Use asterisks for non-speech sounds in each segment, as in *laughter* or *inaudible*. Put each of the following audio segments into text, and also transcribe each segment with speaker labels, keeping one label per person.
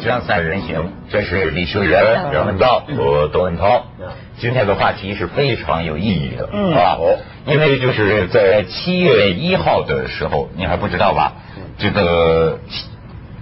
Speaker 1: 江三人行，这是李秀媛、袁文道和窦文涛。今天的话题是非常有意义的，
Speaker 2: 嗯
Speaker 1: 啊，因为就是在七月一号的时候，你还不知道吧？这个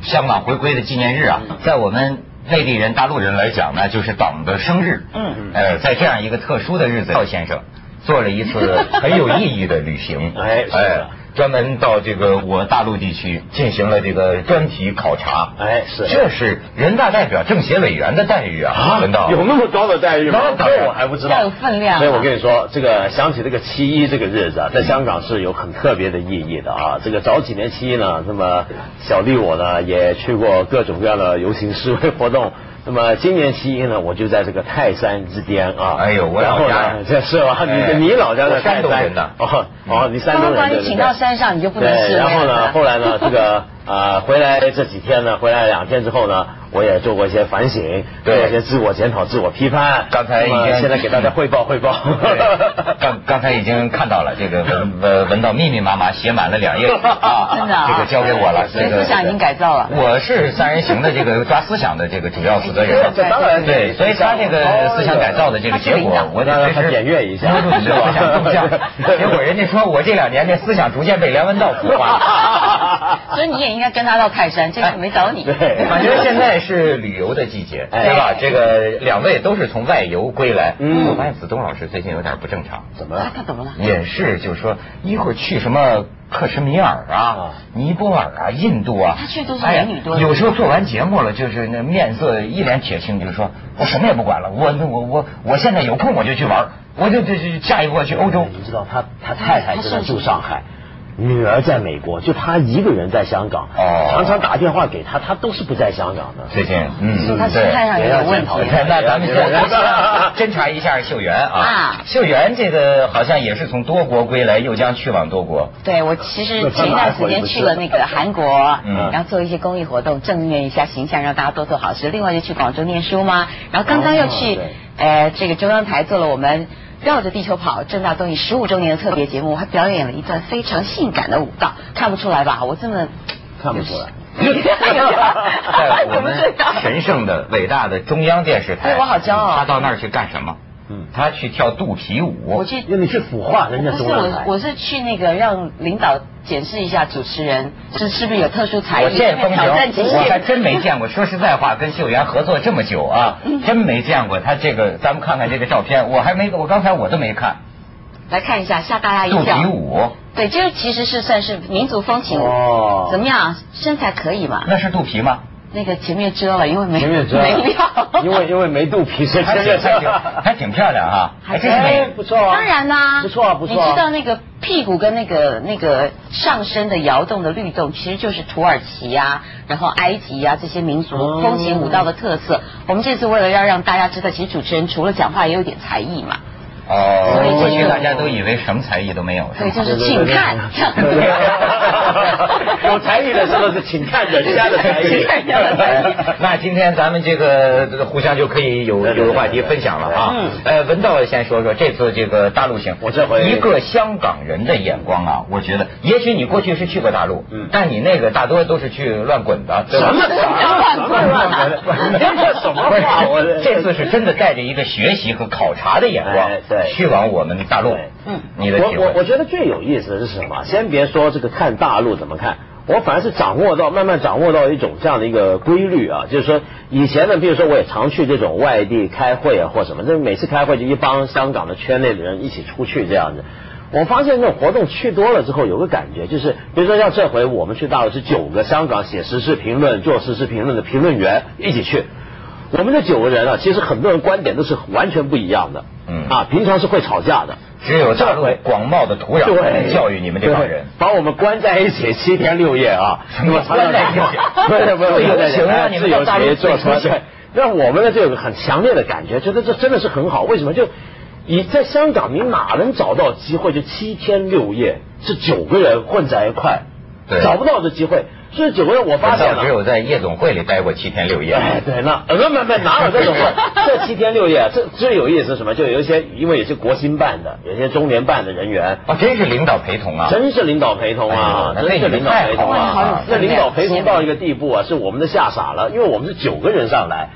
Speaker 1: 香港回归的纪念日啊，
Speaker 2: 嗯
Speaker 1: 在我们内地人、大陆人来讲呢，就是党的生日。
Speaker 2: 嗯嗯。
Speaker 1: 呃，在这样一个特殊的日子，赵先生做了一次很有意义的旅行
Speaker 2: *laughs* 哎是的
Speaker 1: 专门到这个我大陆地区进行了这个专题考察。
Speaker 2: 哎是
Speaker 1: 这是人大代表、政协委员的待遇啊，文道。
Speaker 2: 有那么高的待遇吗？
Speaker 1: 当然
Speaker 2: 这我还不知道，
Speaker 3: 太有分量了啊
Speaker 2: 所以我跟你说，这个想起这个七一这个日子啊，在香港是有很特别的意义的啊。这个早几年七一呢，那么小弟我呢也去过各种各样的游行示威活动。那么今年七一呢，我就在这个泰山之巅啊。
Speaker 1: 哎呦我
Speaker 2: 然后
Speaker 1: 老家
Speaker 2: 呢， *laughs* 这是吧？
Speaker 1: 哎
Speaker 2: 你你老家
Speaker 1: 我
Speaker 2: 在泰
Speaker 1: 山东
Speaker 2: 山
Speaker 1: 人呐
Speaker 2: 哦哦，你山东人。
Speaker 3: 把你
Speaker 2: 对对
Speaker 3: 请
Speaker 2: 对
Speaker 3: 到山上你就不能
Speaker 2: 对
Speaker 3: 示威
Speaker 2: 然后
Speaker 3: 了
Speaker 2: 呢，后来呢， *laughs* 这个呃，回来这几天呢，回来两天之后呢，我也做过一些反省，
Speaker 1: 对
Speaker 2: 做一些自我检讨、自我批判。
Speaker 1: 刚才已经
Speaker 2: 那么现在给大家汇报汇报。
Speaker 1: 对 *laughs* 刚刚才已经看到了，这个文文文道密密麻麻写满了两页纸啊，
Speaker 3: 真的啊
Speaker 1: 这个交给我了。
Speaker 3: 所以
Speaker 1: 这个
Speaker 3: 思想已经改造了
Speaker 1: 我是三人行的这个抓思想的这个主要负责人。
Speaker 3: 这当然
Speaker 1: 对，所以他这个思想改造的这个结果，我得
Speaker 2: 让他
Speaker 1: 确实
Speaker 2: 检阅一下
Speaker 1: 摸住你的思想动向。结果人家说我这两年这思想逐渐被梁文道腐
Speaker 2: *laughs*
Speaker 1: 化。
Speaker 3: *laughs* 所以你也应该跟他到泰山，这个没找你。
Speaker 2: 对
Speaker 1: 反正现在是旅游的季节，
Speaker 2: 哎
Speaker 1: 对吧？这个两位都是从外游归来。
Speaker 2: 嗯
Speaker 1: 我发现子东老师最近有点不正常。
Speaker 2: *laughs* 怎么
Speaker 3: 啊
Speaker 2: 了？
Speaker 3: 他怎么了？
Speaker 1: 也是，就是说一会儿去什么克什米尔
Speaker 2: 啊
Speaker 1: 啊、尼泊尔啊、印度啊，
Speaker 3: 他去都是
Speaker 1: 哎呀
Speaker 3: 美女多的
Speaker 1: 有时候做完节目了，就是那面色一脸铁青，就说我什么也不管了，我我我我现在有空我就去玩儿，我就就就下一步我去欧洲。
Speaker 3: 嗯
Speaker 2: 你知道他他太太现在住上海。女儿在美国，就他一个人在香港，
Speaker 1: 哦
Speaker 2: 常常打电话给他，他都是不在香港的。
Speaker 1: 最近，
Speaker 3: 所
Speaker 1: 嗯，
Speaker 3: 以他心态上也有问题
Speaker 1: *laughs*
Speaker 2: 对。
Speaker 1: 那咱
Speaker 2: *laughs*
Speaker 1: 们现在
Speaker 2: 别
Speaker 1: *laughs*
Speaker 2: 让
Speaker 1: 侦查一下秀媛啊
Speaker 3: 啊，
Speaker 1: 秀媛这个好像也是从多国归来，又将去往多
Speaker 3: *laughs*
Speaker 1: 国。
Speaker 3: 对，我其实前一段时间去了那个韩国，
Speaker 1: 嗯
Speaker 3: 然后做一些公益活动，正面一下形象，让大家多做好事。另外就去广州念书嘛，然后刚刚又去、
Speaker 2: 哦对
Speaker 3: 呃这个中央台做了我们绕着地球跑正大综艺十五周年的特别节目，我还表演了一段非常性感的舞蹈，看不出来吧？我
Speaker 1: *laughs*
Speaker 3: 这么 *laughs*
Speaker 2: 看不出来。
Speaker 1: 在哎我
Speaker 3: 怎么
Speaker 1: 们
Speaker 3: 这样？哎
Speaker 1: 神圣的、伟大的中央电视台，
Speaker 3: 对我好骄傲啊
Speaker 1: 他到那儿去干什么？
Speaker 2: 嗯
Speaker 1: 他去跳肚皮舞。
Speaker 3: 我去
Speaker 2: 因为你去腐化啊人家
Speaker 3: 不是
Speaker 2: 中央
Speaker 3: 我
Speaker 2: 台，，
Speaker 3: 我是去那个让领导检视一下主持人是是不是有特殊才艺，
Speaker 1: 我见风
Speaker 3: 挑战极
Speaker 1: 流，我还
Speaker 3: 限。
Speaker 1: 真没见过。说实在话，跟秀媛合作这么久啊，
Speaker 3: 嗯
Speaker 1: 真没见过他这个。咱们看看这个照片，我还没，我刚才我都没看
Speaker 3: 来看一下，吓大家
Speaker 1: 肚
Speaker 3: 一
Speaker 1: 皮
Speaker 3: 跳。
Speaker 1: 舞，
Speaker 3: 对，这其实是算是民族风情。
Speaker 2: 哦
Speaker 3: 怎么样，身材可以吗？
Speaker 1: 那是肚皮吗？
Speaker 3: 那个前面遮了，因为没
Speaker 2: 前面知道
Speaker 3: 没料，
Speaker 2: 啊 *laughs* 因为因为没肚皮，所以
Speaker 1: 还
Speaker 2: 前
Speaker 1: 挺
Speaker 2: 面
Speaker 1: 还挺
Speaker 2: 知 *laughs* 道。
Speaker 1: 还挺漂亮哈，还真是
Speaker 2: 哎
Speaker 1: 美。
Speaker 2: 不错啊，
Speaker 3: 当然啦、
Speaker 2: 不错啊，不错啊。
Speaker 3: 你知道那个屁股跟那个那个上身的摇动的律动，其实就是土耳其啊，然后埃及啊这些民族
Speaker 2: 哦
Speaker 3: 风情舞蹈的特色。我们这次为了要让大家知道，其实主持人除了讲话，也有点才艺嘛。
Speaker 1: 哦
Speaker 3: 所以这，
Speaker 1: 过
Speaker 3: 个
Speaker 1: 去大家都以为什么才艺都没有，是
Speaker 3: 对，
Speaker 1: 吗？
Speaker 3: 就是请看。
Speaker 2: 对
Speaker 1: *laughs*
Speaker 2: 对对对 *laughs* 有才艺的时候是请看人家的才艺，
Speaker 3: 请看人家的才艺
Speaker 1: 那今天咱们这个互相就可以有有话题分享了啊
Speaker 2: 嗯。
Speaker 1: 呃，文道先说说这次这个大陆行，
Speaker 2: 我这回
Speaker 1: 一个香港人的眼光啊，我觉得也许你过去是去过大陆，
Speaker 2: 嗯
Speaker 1: 但你那个大多都是去乱滚的，对
Speaker 2: 什
Speaker 1: 吧
Speaker 2: 么
Speaker 3: 什么乱棍啊
Speaker 2: 你这什么话？我
Speaker 1: 这次是真的带着一个学习和考察的眼光
Speaker 2: 啊哎，对
Speaker 1: 去往我们大陆
Speaker 2: 对。
Speaker 3: 嗯
Speaker 1: 你的
Speaker 2: 我
Speaker 1: 体
Speaker 2: 我我
Speaker 1: 会。
Speaker 2: 觉得最有意思的是什么？先别说这个看大陆怎么看，我反而是掌握到慢慢掌握到一种这样的一个规律啊，就是说以前呢，比如说我也常去这种外地开会啊或什么，就是每次开会就一帮香港的圈内的人一起出去这样子。我发现这种活动去多了之后，有个感觉就是，比如说像这回我们去大陆是九个香港写时事评论、做时事评论的评论员一起去，我们这九个人啊，其实很多人观点都是完全不一样的，
Speaker 1: 嗯
Speaker 2: 啊，平常是会吵架的，
Speaker 1: 只有大陆广袤的土壤
Speaker 2: 对，
Speaker 1: 教育你们这帮人
Speaker 2: 对。把我们关在一起七天六夜啊，
Speaker 1: 什么关在一起
Speaker 2: 不是不是不是
Speaker 1: 自由
Speaker 2: *laughs* 对对
Speaker 1: 行啊
Speaker 2: 哎
Speaker 1: 你
Speaker 2: 自
Speaker 1: 们
Speaker 2: 由
Speaker 1: 到大陆
Speaker 2: 行做
Speaker 1: 自
Speaker 2: 出来
Speaker 1: 由行
Speaker 2: 对那我们呢就有个很强烈的感觉，觉得这真的是很好。为什么？就你在香港，你哪能找到机会？就七天六夜，是九个人混在一块。
Speaker 1: 对
Speaker 2: 找不到这机会。所以九个月我发
Speaker 1: 我
Speaker 2: 现
Speaker 1: 倒
Speaker 2: 了
Speaker 1: 只，有在夜总会里待过七天六夜。
Speaker 2: 哎，对，那呃没没没，哪有
Speaker 1: *laughs*
Speaker 2: 这种问？这七天六夜，这最有意思是什么？就有一些，因为有些国新办的，有些中联办的人员，
Speaker 1: 啊，真是领导陪同啊！
Speaker 2: 真是领导陪同啊，
Speaker 1: 哎呦那
Speaker 2: 真是
Speaker 1: 那你
Speaker 2: 领
Speaker 1: 们
Speaker 2: 导陪同
Speaker 3: 太好了哇
Speaker 2: 啊！
Speaker 3: 你
Speaker 2: 那
Speaker 3: 好有分量
Speaker 2: 领导陪同到一个地步啊，是我们都吓傻了，因为我们是九个人上来，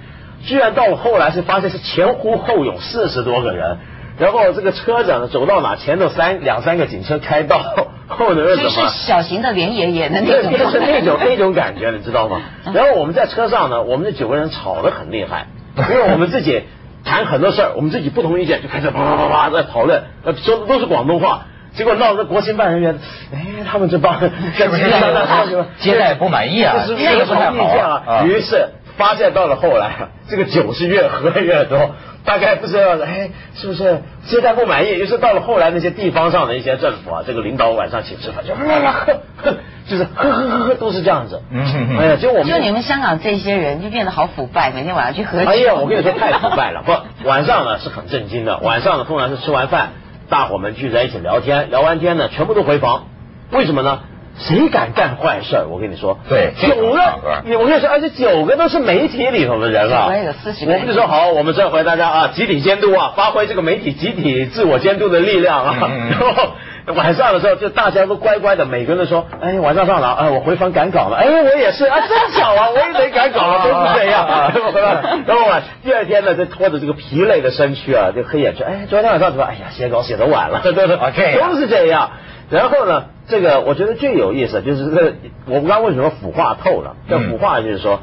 Speaker 2: 居然到后来是发现是前呼后拥四十多个人。然后这个车子呢走到哪，前头三两三个警车开道，后头又怎
Speaker 3: 真是
Speaker 2: 么？
Speaker 3: 小型的连爷爷的那
Speaker 2: 对，
Speaker 3: 种
Speaker 2: 就是
Speaker 3: 状态，
Speaker 1: *laughs*
Speaker 2: 那种那种感觉，你知道吗？
Speaker 1: 嗯
Speaker 2: 然后我们在车上呢，我们这九个人吵得很厉害，
Speaker 1: *laughs*
Speaker 2: 因为我们自己谈很多事儿，我们自己不同意见就开始叭叭叭叭在讨论，呃，说的都是广东话。结果闹得国新办人员，哎，他们这帮人
Speaker 1: *laughs* 是不是 *laughs* 接待不满意啊
Speaker 2: *laughs* 这是
Speaker 1: 这个不太好啊
Speaker 2: 意见啊
Speaker 1: 啊。
Speaker 2: 于是发现到了后来， *laughs* 这个酒是越喝越多， *laughs* 大概不知道哎是不是接待不满意，于是到了后来那些地方上的一些政府啊，这个领导晚上请吃饭就喝喝喝，就是喝喝喝喝都是这样子。
Speaker 1: 嗯哼哼
Speaker 2: 哎呀，结果我们
Speaker 3: 就你们香港这些人就变得好腐败，每天晚上去喝酒。
Speaker 2: 哎呀，我跟你说太腐败了。不，晚上呢是很震惊的。晚上呢通常是吃完饭，大伙们聚在一起聊天，聊完天呢全部都回房。为什么呢？谁敢干坏事儿？我跟你说，
Speaker 1: 对这种
Speaker 2: 九个
Speaker 1: 场合，
Speaker 2: 你我跟你说，而且九个都是媒体里头的人啊。
Speaker 3: 九个有40个
Speaker 2: 我们就说好，我们这回大家啊集体监督啊，发挥这个媒体集体自我监督的力量啊。
Speaker 1: 嗯嗯嗯
Speaker 2: *laughs* 然后晚上的时候，就大家都乖乖的，每个人都说，哎，晚上上哪？哎，我回房赶稿了。哎，我也是啊，真巧啊，我也得赶稿了，都是这
Speaker 1: *laughs*
Speaker 2: 样啊。然后回 *laughs* 来然后啊，第二天呢，就拖着这个疲累的身躯啊，就黑眼圈。哎，昨天晚上怎么？哎呀，写稿写的
Speaker 1: *laughs*
Speaker 2: 晚了，对对对，
Speaker 1: 啊这样
Speaker 2: 都是这样。然后呢，这个我觉得最有意思就是这个，我们刚刚为什么腐化透了？这
Speaker 1: 嗯
Speaker 2: 腐化就是说，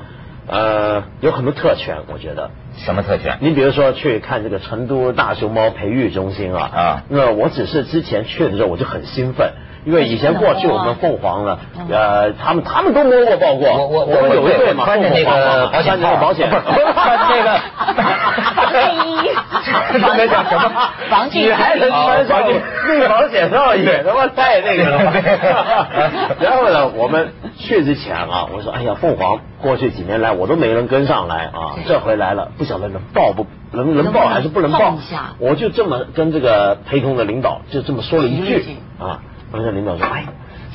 Speaker 2: 呃，有很多特权，我觉得。
Speaker 1: 什么特权？
Speaker 2: 你比如说去看这个成都大熊猫培育中心啊，
Speaker 1: 啊
Speaker 2: 那我只是之前去的时候我就很兴奋，因为以前过去我们凤凰呢，呃，他们他们都摸过抱过，
Speaker 1: 我嗯我
Speaker 2: 我们有一对嘛，
Speaker 1: 穿着那个保
Speaker 2: 凤凰嘛啊
Speaker 1: 险
Speaker 2: 穿着那个
Speaker 1: 套，
Speaker 2: 保险，
Speaker 1: 不是穿着那
Speaker 2: *laughs*
Speaker 1: 个
Speaker 3: 哎
Speaker 1: 那个叫什么？
Speaker 3: 防具
Speaker 2: 女孩子穿上那个保险套也他妈太那个了吧
Speaker 1: 对
Speaker 2: 然后呢，我们去之前啊，我说哎呀，凤凰过去几年来我都没能跟上来啊，这回来了，不晓得能报不能能报还是不能
Speaker 3: 能
Speaker 2: 报
Speaker 3: 碰一下。
Speaker 2: 我就这么跟这个陪同的领导就这么说了一
Speaker 3: 提了一
Speaker 2: 句
Speaker 3: 句
Speaker 2: 啊，我说领导说哎。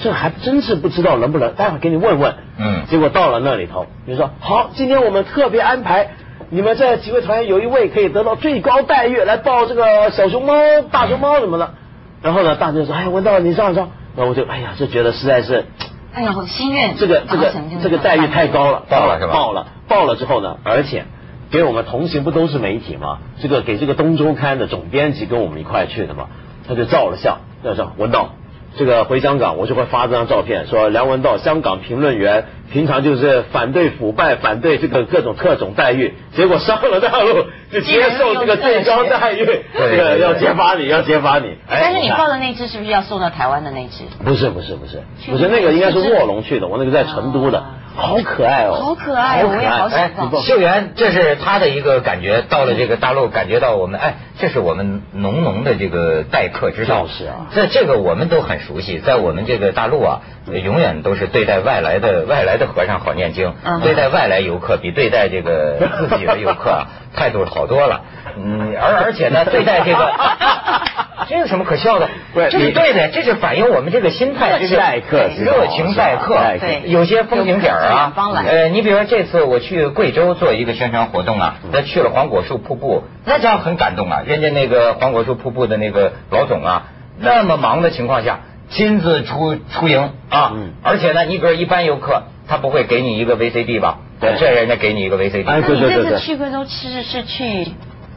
Speaker 2: 这还真是不知道能不能，待会儿给你问问。
Speaker 1: 嗯
Speaker 2: 结果到了那里头，你说好，今天我们特别安排你们这几位团员有一位可以得到最高待遇，来报这个小熊猫、大熊猫什么的。然后呢，大家说，哎，文道你上上，那我就哎呀，就觉得实在是
Speaker 3: *laughs* 哎呀，我心愿
Speaker 2: 这个这
Speaker 3: 达
Speaker 2: 个
Speaker 3: 成就没有
Speaker 2: 这个待遇太高了，
Speaker 1: 报了是吧
Speaker 2: 报了，报了之后呢，而且给我们同行不都是媒体吗？这个给这个《东周刊》的总编辑跟我们一块去的嘛，他就照了相，照相文道。这个回香港，我就会发这张照片，说梁文道，香港评论员，平常就是反对腐败，反对这个各种特种待遇，结果上了大陆就接受这个最高待遇，
Speaker 1: 对
Speaker 2: 这
Speaker 1: 对
Speaker 2: 个
Speaker 1: 对
Speaker 2: 要揭发你，要揭发你。哎
Speaker 3: 但是你
Speaker 2: 看
Speaker 3: 报的那只是不是要送到台湾的那只？
Speaker 2: 不是不是不是，
Speaker 3: 去
Speaker 2: 不是那个应该是
Speaker 3: 是这
Speaker 2: 卧龙去的，我那个在成都的
Speaker 3: 啊，
Speaker 2: 好可爱哦，
Speaker 3: 好可爱我也好喜欢
Speaker 1: 哎
Speaker 2: 哎，你，
Speaker 1: 秀媛，这是她的一个感觉，到了这个大陆，感觉到我们哎，这是我们浓浓的这个待客之道。
Speaker 2: 就是啊
Speaker 1: 这这个我们都很熟悉，在我们这个大陆啊，呃永远都是对待外来的外来的和尚好念经，
Speaker 3: 嗯
Speaker 1: 对待外来游客比对待这个自己的游客啊态度好多了。嗯，而而且呢，对待这个。这有什么可笑的？
Speaker 2: 不是
Speaker 1: 这是
Speaker 2: 你
Speaker 1: 对的，这是反映我们这个心态，这是
Speaker 2: 待客之道
Speaker 1: 热情待客
Speaker 2: 待。
Speaker 3: 客
Speaker 1: 有些风景点儿
Speaker 3: 有客自
Speaker 1: 啊
Speaker 3: 远方来，
Speaker 1: 呃，你比如说这次我去贵州做一个宣传活动啊，
Speaker 2: 嗯
Speaker 1: 那去了黄果树瀑布，那家伙很感动啊。人家那个黄果树瀑布的那个老总啊，那么忙的情况下，亲自出出营啊
Speaker 2: 嗯，
Speaker 1: 而且呢，你比如一般游客他不会给你一个 VCD 吧？
Speaker 2: 对
Speaker 1: 这人家给你一个 VCD，
Speaker 2: 哎
Speaker 3: 那
Speaker 2: 对
Speaker 3: 你
Speaker 2: 对对
Speaker 3: 这
Speaker 2: 对
Speaker 3: 次去贵州吃是去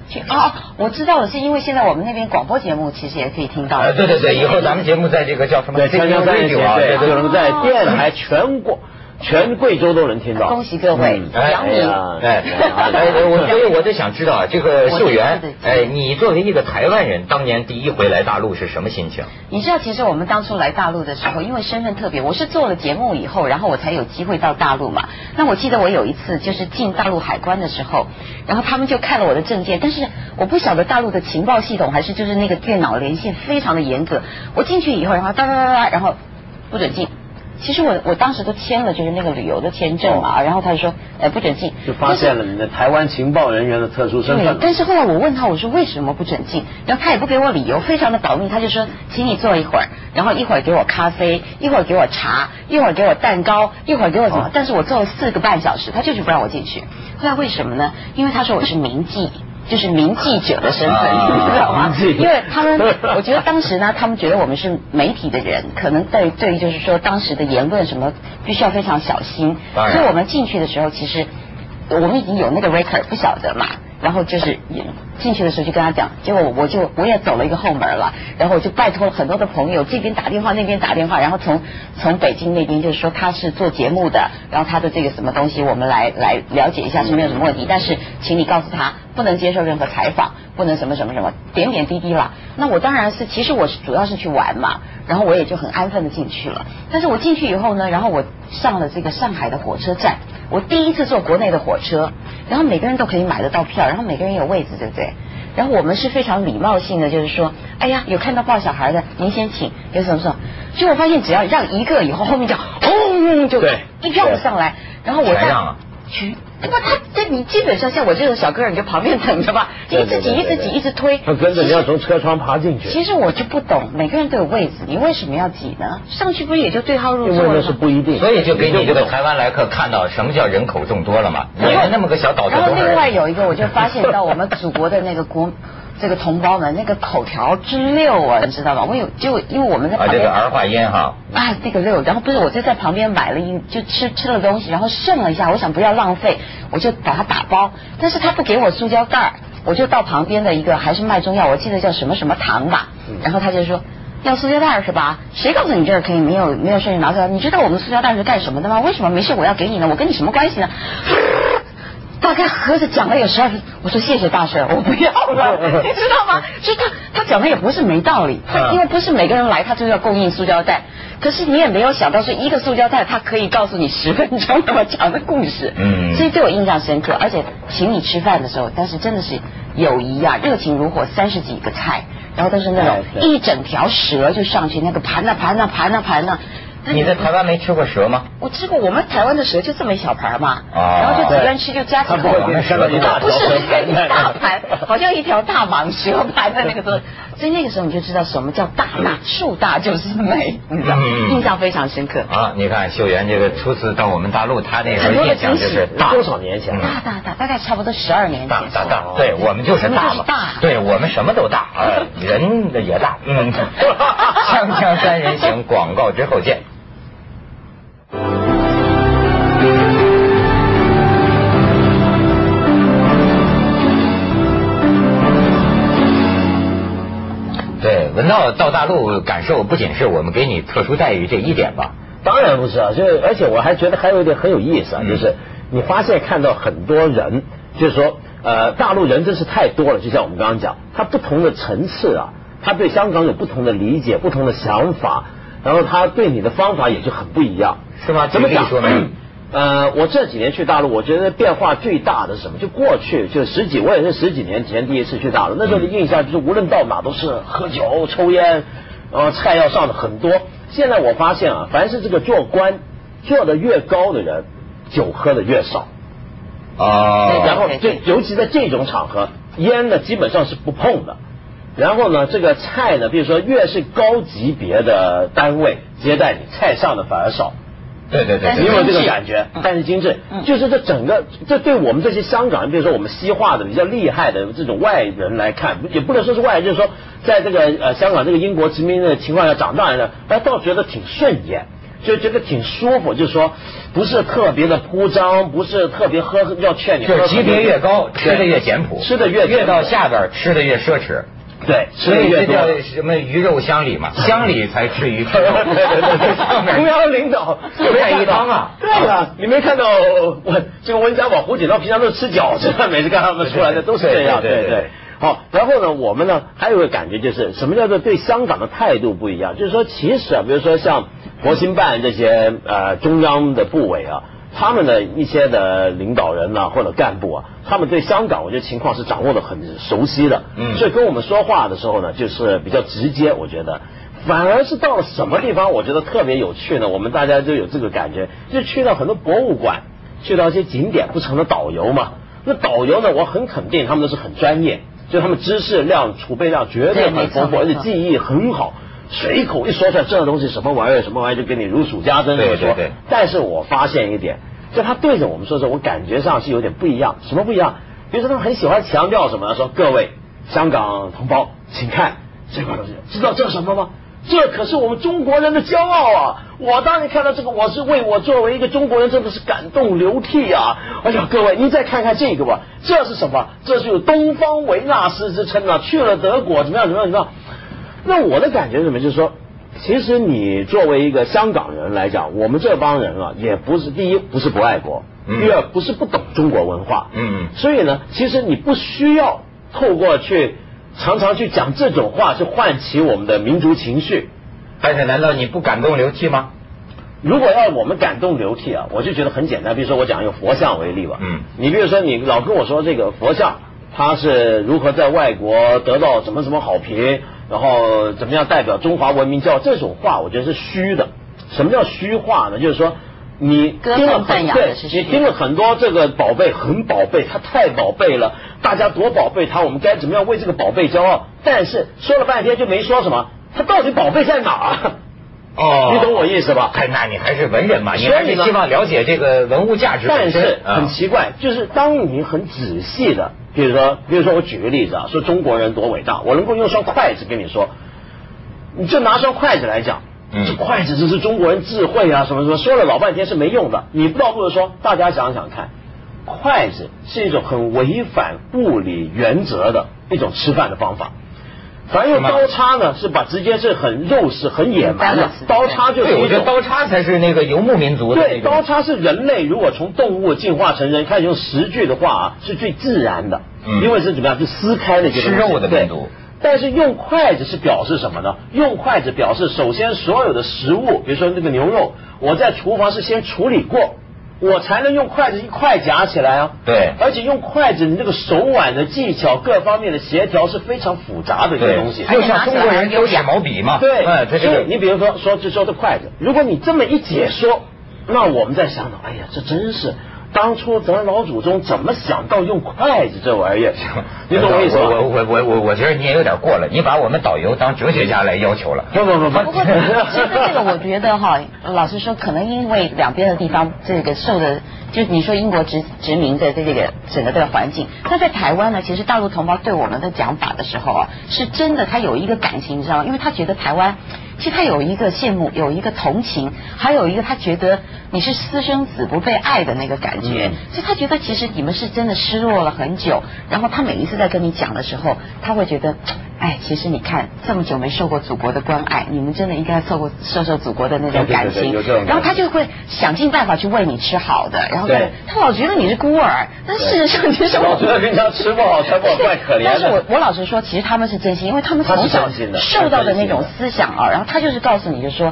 Speaker 3: 去哦，我知道了，是因为现在我们那边广播节目其实也可以听到。
Speaker 1: 啊，对对对，以后咱们节目在这个叫什么
Speaker 2: 对，锵锵三人行
Speaker 1: Radio 啊，
Speaker 2: 对，
Speaker 1: 对
Speaker 2: 就能在
Speaker 3: 哦
Speaker 2: 电台全国、全贵州都能听到。
Speaker 3: 恭喜各位
Speaker 2: 嗯
Speaker 1: 哎
Speaker 3: 杨
Speaker 2: 哎
Speaker 3: 幂
Speaker 2: 呀，
Speaker 1: 哎，哎，我所以我就想知道啊，这个秀
Speaker 3: 我对
Speaker 1: 媛
Speaker 3: 对，
Speaker 1: 哎，
Speaker 3: 对
Speaker 1: 你作为一个台湾人，当年第一回来大陆是什么心情？
Speaker 3: 你知道，其实我们当初来大陆的时候，因为身份特别，我是做了节目以后，然后我才有机会到大陆嘛。那我记得我有一次就是进大陆海关的时候，然后他们就看了我的证件，但是我不晓得大陆的情报系统还是
Speaker 2: 哦
Speaker 3: 就是那个电脑连线非常的严格。我进去以后，然后哒哒哒哒，然后不准进。其实我我当时都签了，就是那个旅游的签证嘛，然后他就说，呃，不准进，
Speaker 2: 哦就发现了你的台湾情报人员的特殊身份
Speaker 3: 对
Speaker 2: 了，。
Speaker 3: 但是后来我问他，我说为什么不准进？然后他也不给我理由，非常的保密，他就说，请你坐一会儿，然后一会儿给我咖啡，一会儿给我茶，一会儿给我蛋糕，一会儿给我什么？
Speaker 2: 哦
Speaker 3: 但是我坐了四个半小时，他就是不让我进去。后来为什么呢？因为他说我是名记。就是名记者的身份，
Speaker 1: 啊
Speaker 3: 你知道吗？
Speaker 2: 名记
Speaker 3: 因为他们，我觉得当时呢，他们觉得我们是媒体的人，可能对对，就是说当时的言论什么，必须要非常小心。
Speaker 1: 当然
Speaker 3: 所以我们进去的时候，其实我们已经有那个 record 不晓得嘛，然后就是也进去的时候就跟他讲，结果我我就我也走了一个后门了，然后我就拜托了很多的朋友，这边打电话那边打电话，然后从从北京那边就是说他是做节目的，然后他的这个什么东西我们来来了解一下是没有什么问题，但是请你告诉他不能接受任何采访，不能什么什么什么点点滴滴啦。那我当然是其实我是主要是去玩嘛，然后我也就很安分的进去了，但是我进去以后呢，然后我上了这个上海的火车站。我第一次坐国内的火车，然后每个人都可以买得到票，然后每个人有位置，对不对？然后我们是非常礼貌性的，就是说，哎呀，有看到抱小孩的，您先请，有什么什么。就我发现，只要让一个以后，后面就轰就
Speaker 2: 对
Speaker 3: 一票上来，然后我
Speaker 1: 全
Speaker 3: 在
Speaker 1: 让了
Speaker 3: 全，那么他这你基本上像我这种小个儿，你就旁边等着吧，就一直挤，一直挤，一直推。
Speaker 2: 他跟着你
Speaker 3: 其实
Speaker 2: 要从车窗爬进去，
Speaker 3: 其实我就不懂，每个人都有位置，你为什么要挤呢？上去不是也就对号入
Speaker 2: 因
Speaker 3: 座
Speaker 2: 为
Speaker 3: 了
Speaker 2: 那
Speaker 3: 吗？
Speaker 2: 是不一定，
Speaker 1: 所以就给你这
Speaker 2: 不
Speaker 1: 个
Speaker 2: 懂
Speaker 1: 台湾来客看到什么叫人口众多了嘛？你看那么个小岛就
Speaker 3: 然后
Speaker 1: 多少
Speaker 3: 另外
Speaker 1: 人？
Speaker 3: 有一个，我就发现到我们祖国的那个国，这个同胞们那个口条之溜啊，你知道吗？我有就因为我们在
Speaker 1: 啊，
Speaker 3: 旁
Speaker 1: 这
Speaker 3: 边
Speaker 1: 个儿化音哈，
Speaker 3: 啊，这个六，然后不是我就在旁边买了一就吃吃了东西，然后剩了一下，我想不要浪费，我就把它打包，但是他不给我塑胶袋儿，我就到旁边的一个还是卖中药，我记得叫什么什么堂吧，然后他就说。要塑胶袋儿是吧？谁告诉你这儿可以没有没有顺序拿出来？你知道我们塑胶袋儿是干什么的吗？为什么没事我要给你呢？我跟你什么关系呢？大概合着讲了有十二分，我说谢谢大婶，我不要了，你知道吗？就是他他讲的也不是没道理，他
Speaker 1: 嗯
Speaker 3: 因为不是每个人来他就要供应塑胶袋，可是你也没有想到说一个塑胶袋它可以告诉你十分钟那么长的故事，
Speaker 1: 嗯
Speaker 3: 所以对我印象深刻。而且请你吃饭的时候，但是真的是友谊啊，热情如火，三十几个菜，然后都是那种
Speaker 2: 哎对
Speaker 3: 一整条蛇就上去，那个盘呐盘呐盘呐盘呐。那
Speaker 1: 你在台湾没吃过蛇吗？
Speaker 3: 我吃过，我们台湾的蛇就这么一小盘嘛，
Speaker 1: 哦
Speaker 3: 然后就几个人吃就加几
Speaker 2: 啊他不
Speaker 3: 口
Speaker 2: 会给你看到一大
Speaker 3: 不
Speaker 2: 条
Speaker 3: 是
Speaker 2: 蛇，
Speaker 3: 一个大盘好像一条大蟒蛇盘在那个时候，所以那个时候你就知道什么叫大大树大就是美，你知道，
Speaker 1: 嗯
Speaker 3: 印象非常深刻。
Speaker 1: 啊，你看秀媛这个初次到我们大陆，她那时
Speaker 3: 很
Speaker 1: 候
Speaker 3: 多的
Speaker 1: 印象就是
Speaker 3: 惊喜
Speaker 1: 大
Speaker 2: 多少年前
Speaker 3: 大大大，大概差不多十二年前。
Speaker 1: 嗯大大大，对我们就是大
Speaker 3: 哦我们
Speaker 1: 嘛
Speaker 3: 就是大，
Speaker 1: 对我们什么都大，
Speaker 3: *laughs*
Speaker 1: 呃，人也大，嗯，锵锵三人行，广告之后见。对，文道到大陆感受不仅是我们给你特殊待遇这一点吧，
Speaker 2: 当然不是啊，就是而且我还觉得还有一点很有意思啊，
Speaker 1: 嗯
Speaker 2: 就是你发现看到很多人，就是说呃大陆人真是太多了，就像我们刚刚讲，他不同的层次啊，他对香港有不同的理解、不同的想法，然后他对你的方法也就很不一样，
Speaker 1: 是吗
Speaker 2: 啊怎么讲
Speaker 1: 举例说明？
Speaker 2: *clears throat* 呃，我这几年去大陆，我觉得变化最大的是什么？就过去就十几，我也是十几年前第一次去大陆，那时候的
Speaker 1: 嗯
Speaker 2: 印象就是无论到哪都是喝酒、抽烟，然后菜要上的很多。现在我发现啊，凡是这个做官做的越高的人，酒喝的越少，
Speaker 1: 哦
Speaker 2: 然后
Speaker 3: 对
Speaker 2: 这
Speaker 3: 对
Speaker 2: 尤其在这种场合，烟呢基本上是不碰的。然后呢，这个菜呢，比如说越是高级别的单位接待你，菜上的反而少。
Speaker 1: 对对对
Speaker 3: 但是
Speaker 1: 对，
Speaker 2: 你有没有这个
Speaker 3: 精致
Speaker 2: 感觉
Speaker 3: 嗯？
Speaker 2: 但是精致，
Speaker 3: 嗯
Speaker 2: 就是这整个，这对我们这些香港人，比如说我们西化的比较厉害的这种外人来看，也不能说是外人，就是说在这个呃香港这个英国殖民的情况下长大的人，哎，倒觉得挺顺眼。就觉得挺舒服，就是说不是特别的铺张，不是特别喝要劝你
Speaker 1: 就
Speaker 2: 喝
Speaker 1: 是级
Speaker 2: 很多酒。
Speaker 1: 别越高，
Speaker 2: 对
Speaker 1: 吃的越简朴，
Speaker 2: 吃的越
Speaker 1: 越
Speaker 2: 简朴
Speaker 1: 到下边儿吃的越奢侈。
Speaker 2: 对，吃
Speaker 1: 所
Speaker 2: 的
Speaker 1: 以这
Speaker 2: 越多
Speaker 1: 叫。什么鱼肉乡里嘛，乡里才吃鱼吃肉，上面
Speaker 2: *laughs* 中央领导，
Speaker 1: 这
Speaker 2: 没
Speaker 1: 太
Speaker 2: 看
Speaker 1: 一
Speaker 2: 到
Speaker 1: 帮啊
Speaker 2: 对啊，你没看到温这个温家宝、胡锦涛平常都吃饺子，每次看他们出来的都是这样，
Speaker 1: 对
Speaker 2: 对
Speaker 1: 对对
Speaker 2: 对
Speaker 1: 对
Speaker 2: 好，然后呢，我们呢还有一个感觉就是，什么叫做对香港的态度不一样？就是说，其实啊，比如说像国新办这些呃中央的部委啊，他们的一些的领导人呐、或者干部啊，他们对香港我觉得情况是掌握的很熟悉的，
Speaker 1: 嗯
Speaker 2: 所以跟我们说话的时候呢，就是比较直接，我觉得。反而是到了什么地方，我觉得特别有趣呢？我们大家就有这个感觉，就去到很多博物馆，去到一些景点，不成了导游嘛？那导游呢，我很肯定他们都是很专业，就他们知识量、储备量绝
Speaker 3: 对
Speaker 2: 很丰富，
Speaker 3: 没错
Speaker 2: 而且
Speaker 3: 没错
Speaker 2: 记忆很好。随口一说出来，这东西什么玩意儿，什么玩意儿，就给你如数家珍地
Speaker 1: 对
Speaker 2: 说。
Speaker 1: 对对
Speaker 2: 但是我发现一点，就他对着我们说的时候，我感觉上是有点不一样。什么不一样？比如说他们很喜欢强调什么，说各位香港同胞，请看这块东西，知道这什么吗？这可是我们中国人的骄傲啊！我当年看到这个，我是为我作为一个中国人，真的是感动流涕啊！哎呀，各位，您再看看这个吧，这是什么？这是有东方维纳斯之称啊！去了德国，怎么样？怎么样？怎么样？那我的感觉是什么？就是说，其实你作为一个香港人来讲，我们这帮人啊，也不是第一不是不爱国，
Speaker 1: 嗯
Speaker 2: 第二不是不懂中国文化，
Speaker 1: 嗯
Speaker 2: 所以呢，其实你不需要透过去常常去讲这种话去唤起我们的民族情绪。
Speaker 1: 但是难道你不感动流涕吗？
Speaker 2: 如果要我们感动流涕啊，我就觉得很简单。比如说我讲一个佛像为例吧，
Speaker 1: 嗯
Speaker 2: 你比如说你老跟我说这个佛像，它是如何在外国得到什么什么好评，然后怎么样代表中华文明教这种话，我觉得是虚的。什么叫虚话呢？就是说你
Speaker 3: 歌
Speaker 2: 听了
Speaker 3: 颂
Speaker 1: *laughs*
Speaker 3: 赞
Speaker 2: 很
Speaker 3: 扬的
Speaker 2: 对
Speaker 3: 是，虚
Speaker 2: 你
Speaker 3: 的
Speaker 2: 听了很多这个宝贝很宝贝，它太宝贝了，大家多宝贝它，我们该怎么样为这个宝贝骄傲？但是说了半天就没说什么，它到底宝贝在哪儿？
Speaker 1: 哦
Speaker 2: 你懂我意思吧？
Speaker 1: 哎，那你还是文人嘛，你
Speaker 2: 所以
Speaker 1: 还是
Speaker 2: 呢
Speaker 1: 希望了解这个文物价值
Speaker 2: 但
Speaker 1: 本身。
Speaker 2: 是
Speaker 1: 啊
Speaker 2: 很奇怪，就是当你很仔细的，比如说，比如说我举个例子啊，说中国人多伟大，我能够用双筷子跟你说，你就拿双筷子来讲，
Speaker 1: 嗯
Speaker 2: 这筷子这是中国人智慧啊，什么什么，说了老半天是没用的。你倒不如说，大家想想看，筷子是一种很违反物理原则的一种吃饭的方法。反正用刀叉呢，是把直接是很肉食、很野蛮的
Speaker 3: 很 balance，
Speaker 2: 刀叉就是
Speaker 1: 对，我
Speaker 2: 一
Speaker 1: 觉
Speaker 2: 种
Speaker 1: 得刀叉才是那个游牧民族的
Speaker 2: 对，
Speaker 1: 那种。
Speaker 2: 刀叉是人类如果从动物进化成人，开始用食具的话啊，是最自然的，
Speaker 1: 嗯
Speaker 2: 因为是怎么样，就撕开那些东西
Speaker 1: 吃肉的民。
Speaker 2: 对
Speaker 1: 族
Speaker 2: 但是用筷子是表示什么呢？用筷子表示，首先所有的食物，比如说那个牛肉，我在厨房是先处理过，我才能用筷子一块夹起来啊。
Speaker 1: 对
Speaker 2: 而且用筷子，你这个手腕的技巧各方面的协调是非常复杂的一个
Speaker 1: 对
Speaker 2: 东西。，
Speaker 1: 就像中国人都使毛笔嘛。
Speaker 2: 对，
Speaker 1: 哎，他这
Speaker 2: 所以
Speaker 1: 个
Speaker 2: 你比如说说就说这筷子，如果你这么一解说，那我们在想到，哎呀，这真是当初咱老祖宗怎么想到用筷子这玩意儿？你懂我意思
Speaker 1: 我
Speaker 2: 吗？
Speaker 1: 我我我我我觉得你也有点过了，你把我们导游当哲学家来要求了。
Speaker 2: 不不不
Speaker 3: 不过，其实这个
Speaker 2: *laughs*
Speaker 3: 我觉得哈，老实说，可能因为两边的地方这个受的，就是你说英国殖殖民的这个整个的环境，那在台湾呢，其实大陆同胞对我们的讲法的时候啊，是真的他有一个感情，你知道吗？因为他觉得台湾，其实他有一个羡慕，有一个同情，还有一个他觉得你是私生子不被爱的那个感觉，
Speaker 2: 嗯
Speaker 3: 所以他觉得其实你们是真的失落了很久，然后他每一次在跟你讲的时候，他会觉得，哎，其实你看这么久没受过祖国的关爱，你们真的应该受过受受祖国的那种感
Speaker 2: 对对对
Speaker 3: 情，
Speaker 2: 有这种感觉
Speaker 3: 然后他就会想尽办法去喂你吃好的，然后
Speaker 2: 对
Speaker 3: 再他老觉得你是孤儿，但事实上其实
Speaker 2: 老
Speaker 3: 我
Speaker 2: *laughs* 觉得人家吃不好穿不好怪可怜的
Speaker 3: 但是我我老实说，其实他们是真心，因为他们
Speaker 2: 他是
Speaker 3: 从小
Speaker 2: 真心的
Speaker 3: 受到的
Speaker 2: 他是真
Speaker 3: 那种
Speaker 2: 心的
Speaker 3: 思想啊，然后他就是告诉你就说，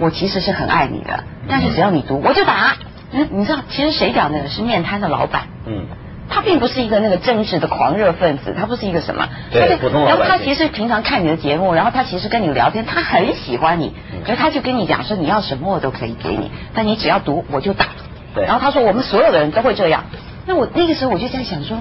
Speaker 3: 我其实是很爱你的，但是只要你读我就打。你你知道，其实谁讲的是面摊的老板，
Speaker 2: 嗯，
Speaker 3: 他并不是一个那个政治的狂热分子，他不是一个什么，
Speaker 2: 对
Speaker 3: 他就
Speaker 2: 普通老百
Speaker 3: 然
Speaker 2: 姓
Speaker 3: 后他其实平常看你的节目，然后他其实跟你聊天，他很喜欢你，
Speaker 2: 嗯
Speaker 3: 可是他就跟你讲说你要什么我都可以给你，但你只要读我就打。
Speaker 2: 对
Speaker 3: 然后他说我们所有的人都会这样。那我那个时候我就在想说，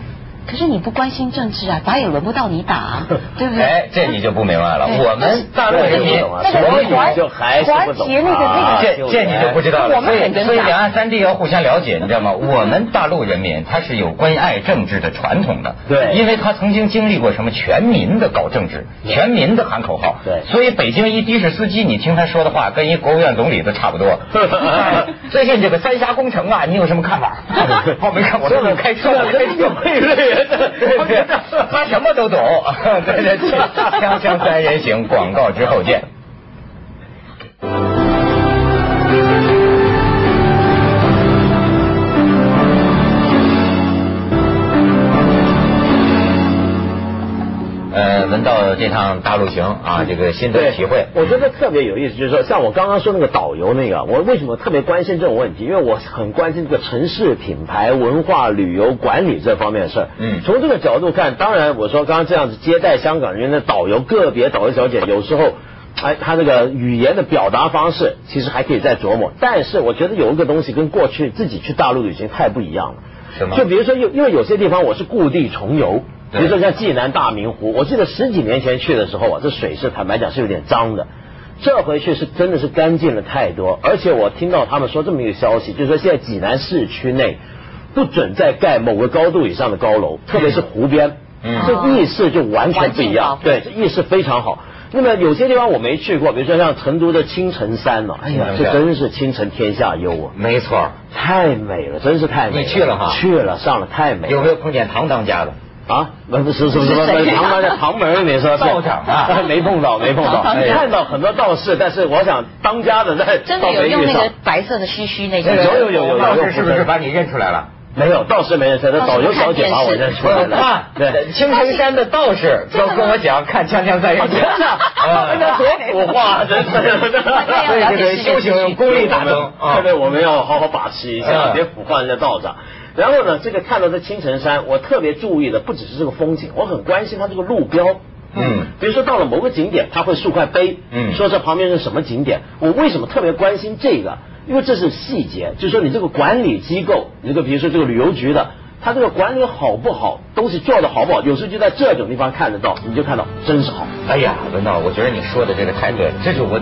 Speaker 3: 可是你不关心政治啊，打也轮不到你打、
Speaker 2: *laughs*
Speaker 3: 啊，对不对？
Speaker 1: 哎，这你就不明白了。
Speaker 3: 对
Speaker 1: 我们大陆人民，
Speaker 2: 对
Speaker 1: 我
Speaker 2: 我
Speaker 3: 那个
Speaker 2: 所以
Speaker 1: 们
Speaker 3: 团
Speaker 2: 就还是不懂
Speaker 3: 团结那个
Speaker 2: 啊
Speaker 3: 那
Speaker 1: 这
Speaker 3: 个
Speaker 1: 这你就不知道了。所
Speaker 3: 我们
Speaker 1: 以
Speaker 3: 很
Speaker 1: 所以
Speaker 3: 尴尬
Speaker 1: 两岸三地要互相了解，你知道吗？我们大陆人民他是有关爱政治的传统的，
Speaker 2: 对
Speaker 1: 因为他曾经经历过什么全民的搞政治，全民的喊口号，
Speaker 2: 对
Speaker 1: 所以北京一的士司机，你听他说的话跟一国务院总理都差不
Speaker 2: *laughs*
Speaker 1: 多。哎最近这个三峡工程啊，你有什么看法？我没看，我都是开车，我开车
Speaker 2: *laughs* 对对对对
Speaker 1: 他什么都懂。 *laughs* 对对对，锵锵三人行，广告之后见。呃，闻到这趟大陆行啊，这个新的体会，
Speaker 2: 我觉得特别有意思，就是说像我刚刚说那个导游那个，我为什么特别关心这种问题？因为我很关心这个城市品牌、文化、旅游管理这方面的事儿。
Speaker 1: 嗯
Speaker 2: 从这个角度看，当然我说刚刚这样子接待香港人的导游，个别导游小姐有时候。哎，他这个语言的表达方式其实还可以再琢磨。但是我觉得有一个东西跟过去自己去大陆旅行太不一样了。
Speaker 1: 什么
Speaker 2: 就比如说，因因为有些地方我是故地重游，比
Speaker 1: 对
Speaker 2: 如说像济南大明湖，我记得十几年前去的时候啊，这水是坦白讲是有点脏的。这回去是真的是干净了太多，而且我听到他们说这么一个消息，就是说现在济南市区内不准再盖某个高度以上的高楼，特别是湖边。
Speaker 1: 嗯
Speaker 2: 这意识就完全不一样
Speaker 3: 环境保
Speaker 2: 对，
Speaker 3: 护，
Speaker 2: 这意识非常好。那么有些地方我没去过，比如说像成都的青城山呢、哎呀，
Speaker 1: 青城
Speaker 2: 这
Speaker 1: 山
Speaker 2: 真是青城天下幽啊，
Speaker 1: 没错儿，
Speaker 2: 太美了，真是太美了。
Speaker 1: 你去了哈
Speaker 2: 去了，上了，太美了。
Speaker 1: 有没有碰见唐当家的？
Speaker 2: 啊，不不是什么什么
Speaker 3: 是谁啊
Speaker 2: 旁边的旁门儿，你说是
Speaker 1: 道长啊
Speaker 2: *laughs* 没碰到，没碰到，哎
Speaker 3: 当
Speaker 1: 家
Speaker 2: 看到很多道士，但是我想当家 *laughs* 的在
Speaker 3: 真
Speaker 2: 倒
Speaker 3: 的有
Speaker 2: 没
Speaker 3: 用
Speaker 2: 遇
Speaker 3: 那
Speaker 2: 上
Speaker 3: 个白色的须须那
Speaker 2: 有
Speaker 3: 个。
Speaker 2: 有有有
Speaker 1: 道士是不是把你认出来了？
Speaker 2: 没有道士没人说，那
Speaker 3: 道
Speaker 2: 导
Speaker 3: 士
Speaker 2: 游小姐
Speaker 3: 看
Speaker 2: 把我
Speaker 3: 电
Speaker 2: 认
Speaker 3: 视
Speaker 2: 出来了，
Speaker 1: *laughs* 看，
Speaker 2: 对。
Speaker 1: 青城山的道士就跟我讲看《锵锵三人行》
Speaker 2: *laughs*
Speaker 1: 啊，
Speaker 2: 那哎多古话，啊真
Speaker 1: *laughs*
Speaker 2: 是的。 *laughs*
Speaker 3: 大
Speaker 1: 所
Speaker 3: 家
Speaker 1: 以
Speaker 3: 要
Speaker 1: 这
Speaker 3: 了解
Speaker 1: 个
Speaker 3: 世界
Speaker 1: 修行功力大增啊
Speaker 2: 对。对，我们要好好把持一下，
Speaker 1: 嗯
Speaker 2: 别腐化人家道长。然后呢，这个看到这青城山，我特别注意的不只是这个风景，我很关心它这个路标。
Speaker 1: 嗯
Speaker 2: 比如说到了某个景点，它会竖块碑，
Speaker 1: 嗯
Speaker 2: 说这旁边是什么景点。我为什么特别关心这个？因为这是细节，就是说你这个管理机构，你这个比如说这个旅游局的，它这个管理好不好，东西做的好不好，有时候就在这种地方看得到，你就看到真是好。
Speaker 1: 哎呀，文道，我觉得你说的这个太对了，这是我，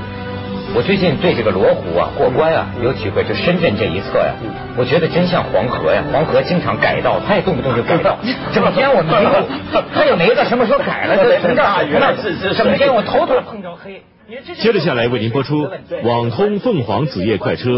Speaker 1: 我最近对这个罗湖啊、过关啊有体会，就深圳这一侧呀、
Speaker 2: 嗯
Speaker 1: 我觉得真像黄河呀、黄河经常改道，它也动不动就改道，
Speaker 2: 嗯
Speaker 1: 整天我迷
Speaker 2: *laughs*
Speaker 1: 路，它有哪一个什么时候改了，这从这儿从那儿
Speaker 2: 啊是是是
Speaker 1: 整天我头头碰着黑。
Speaker 4: 接着下来为您播出《网通凤凰子夜快车》，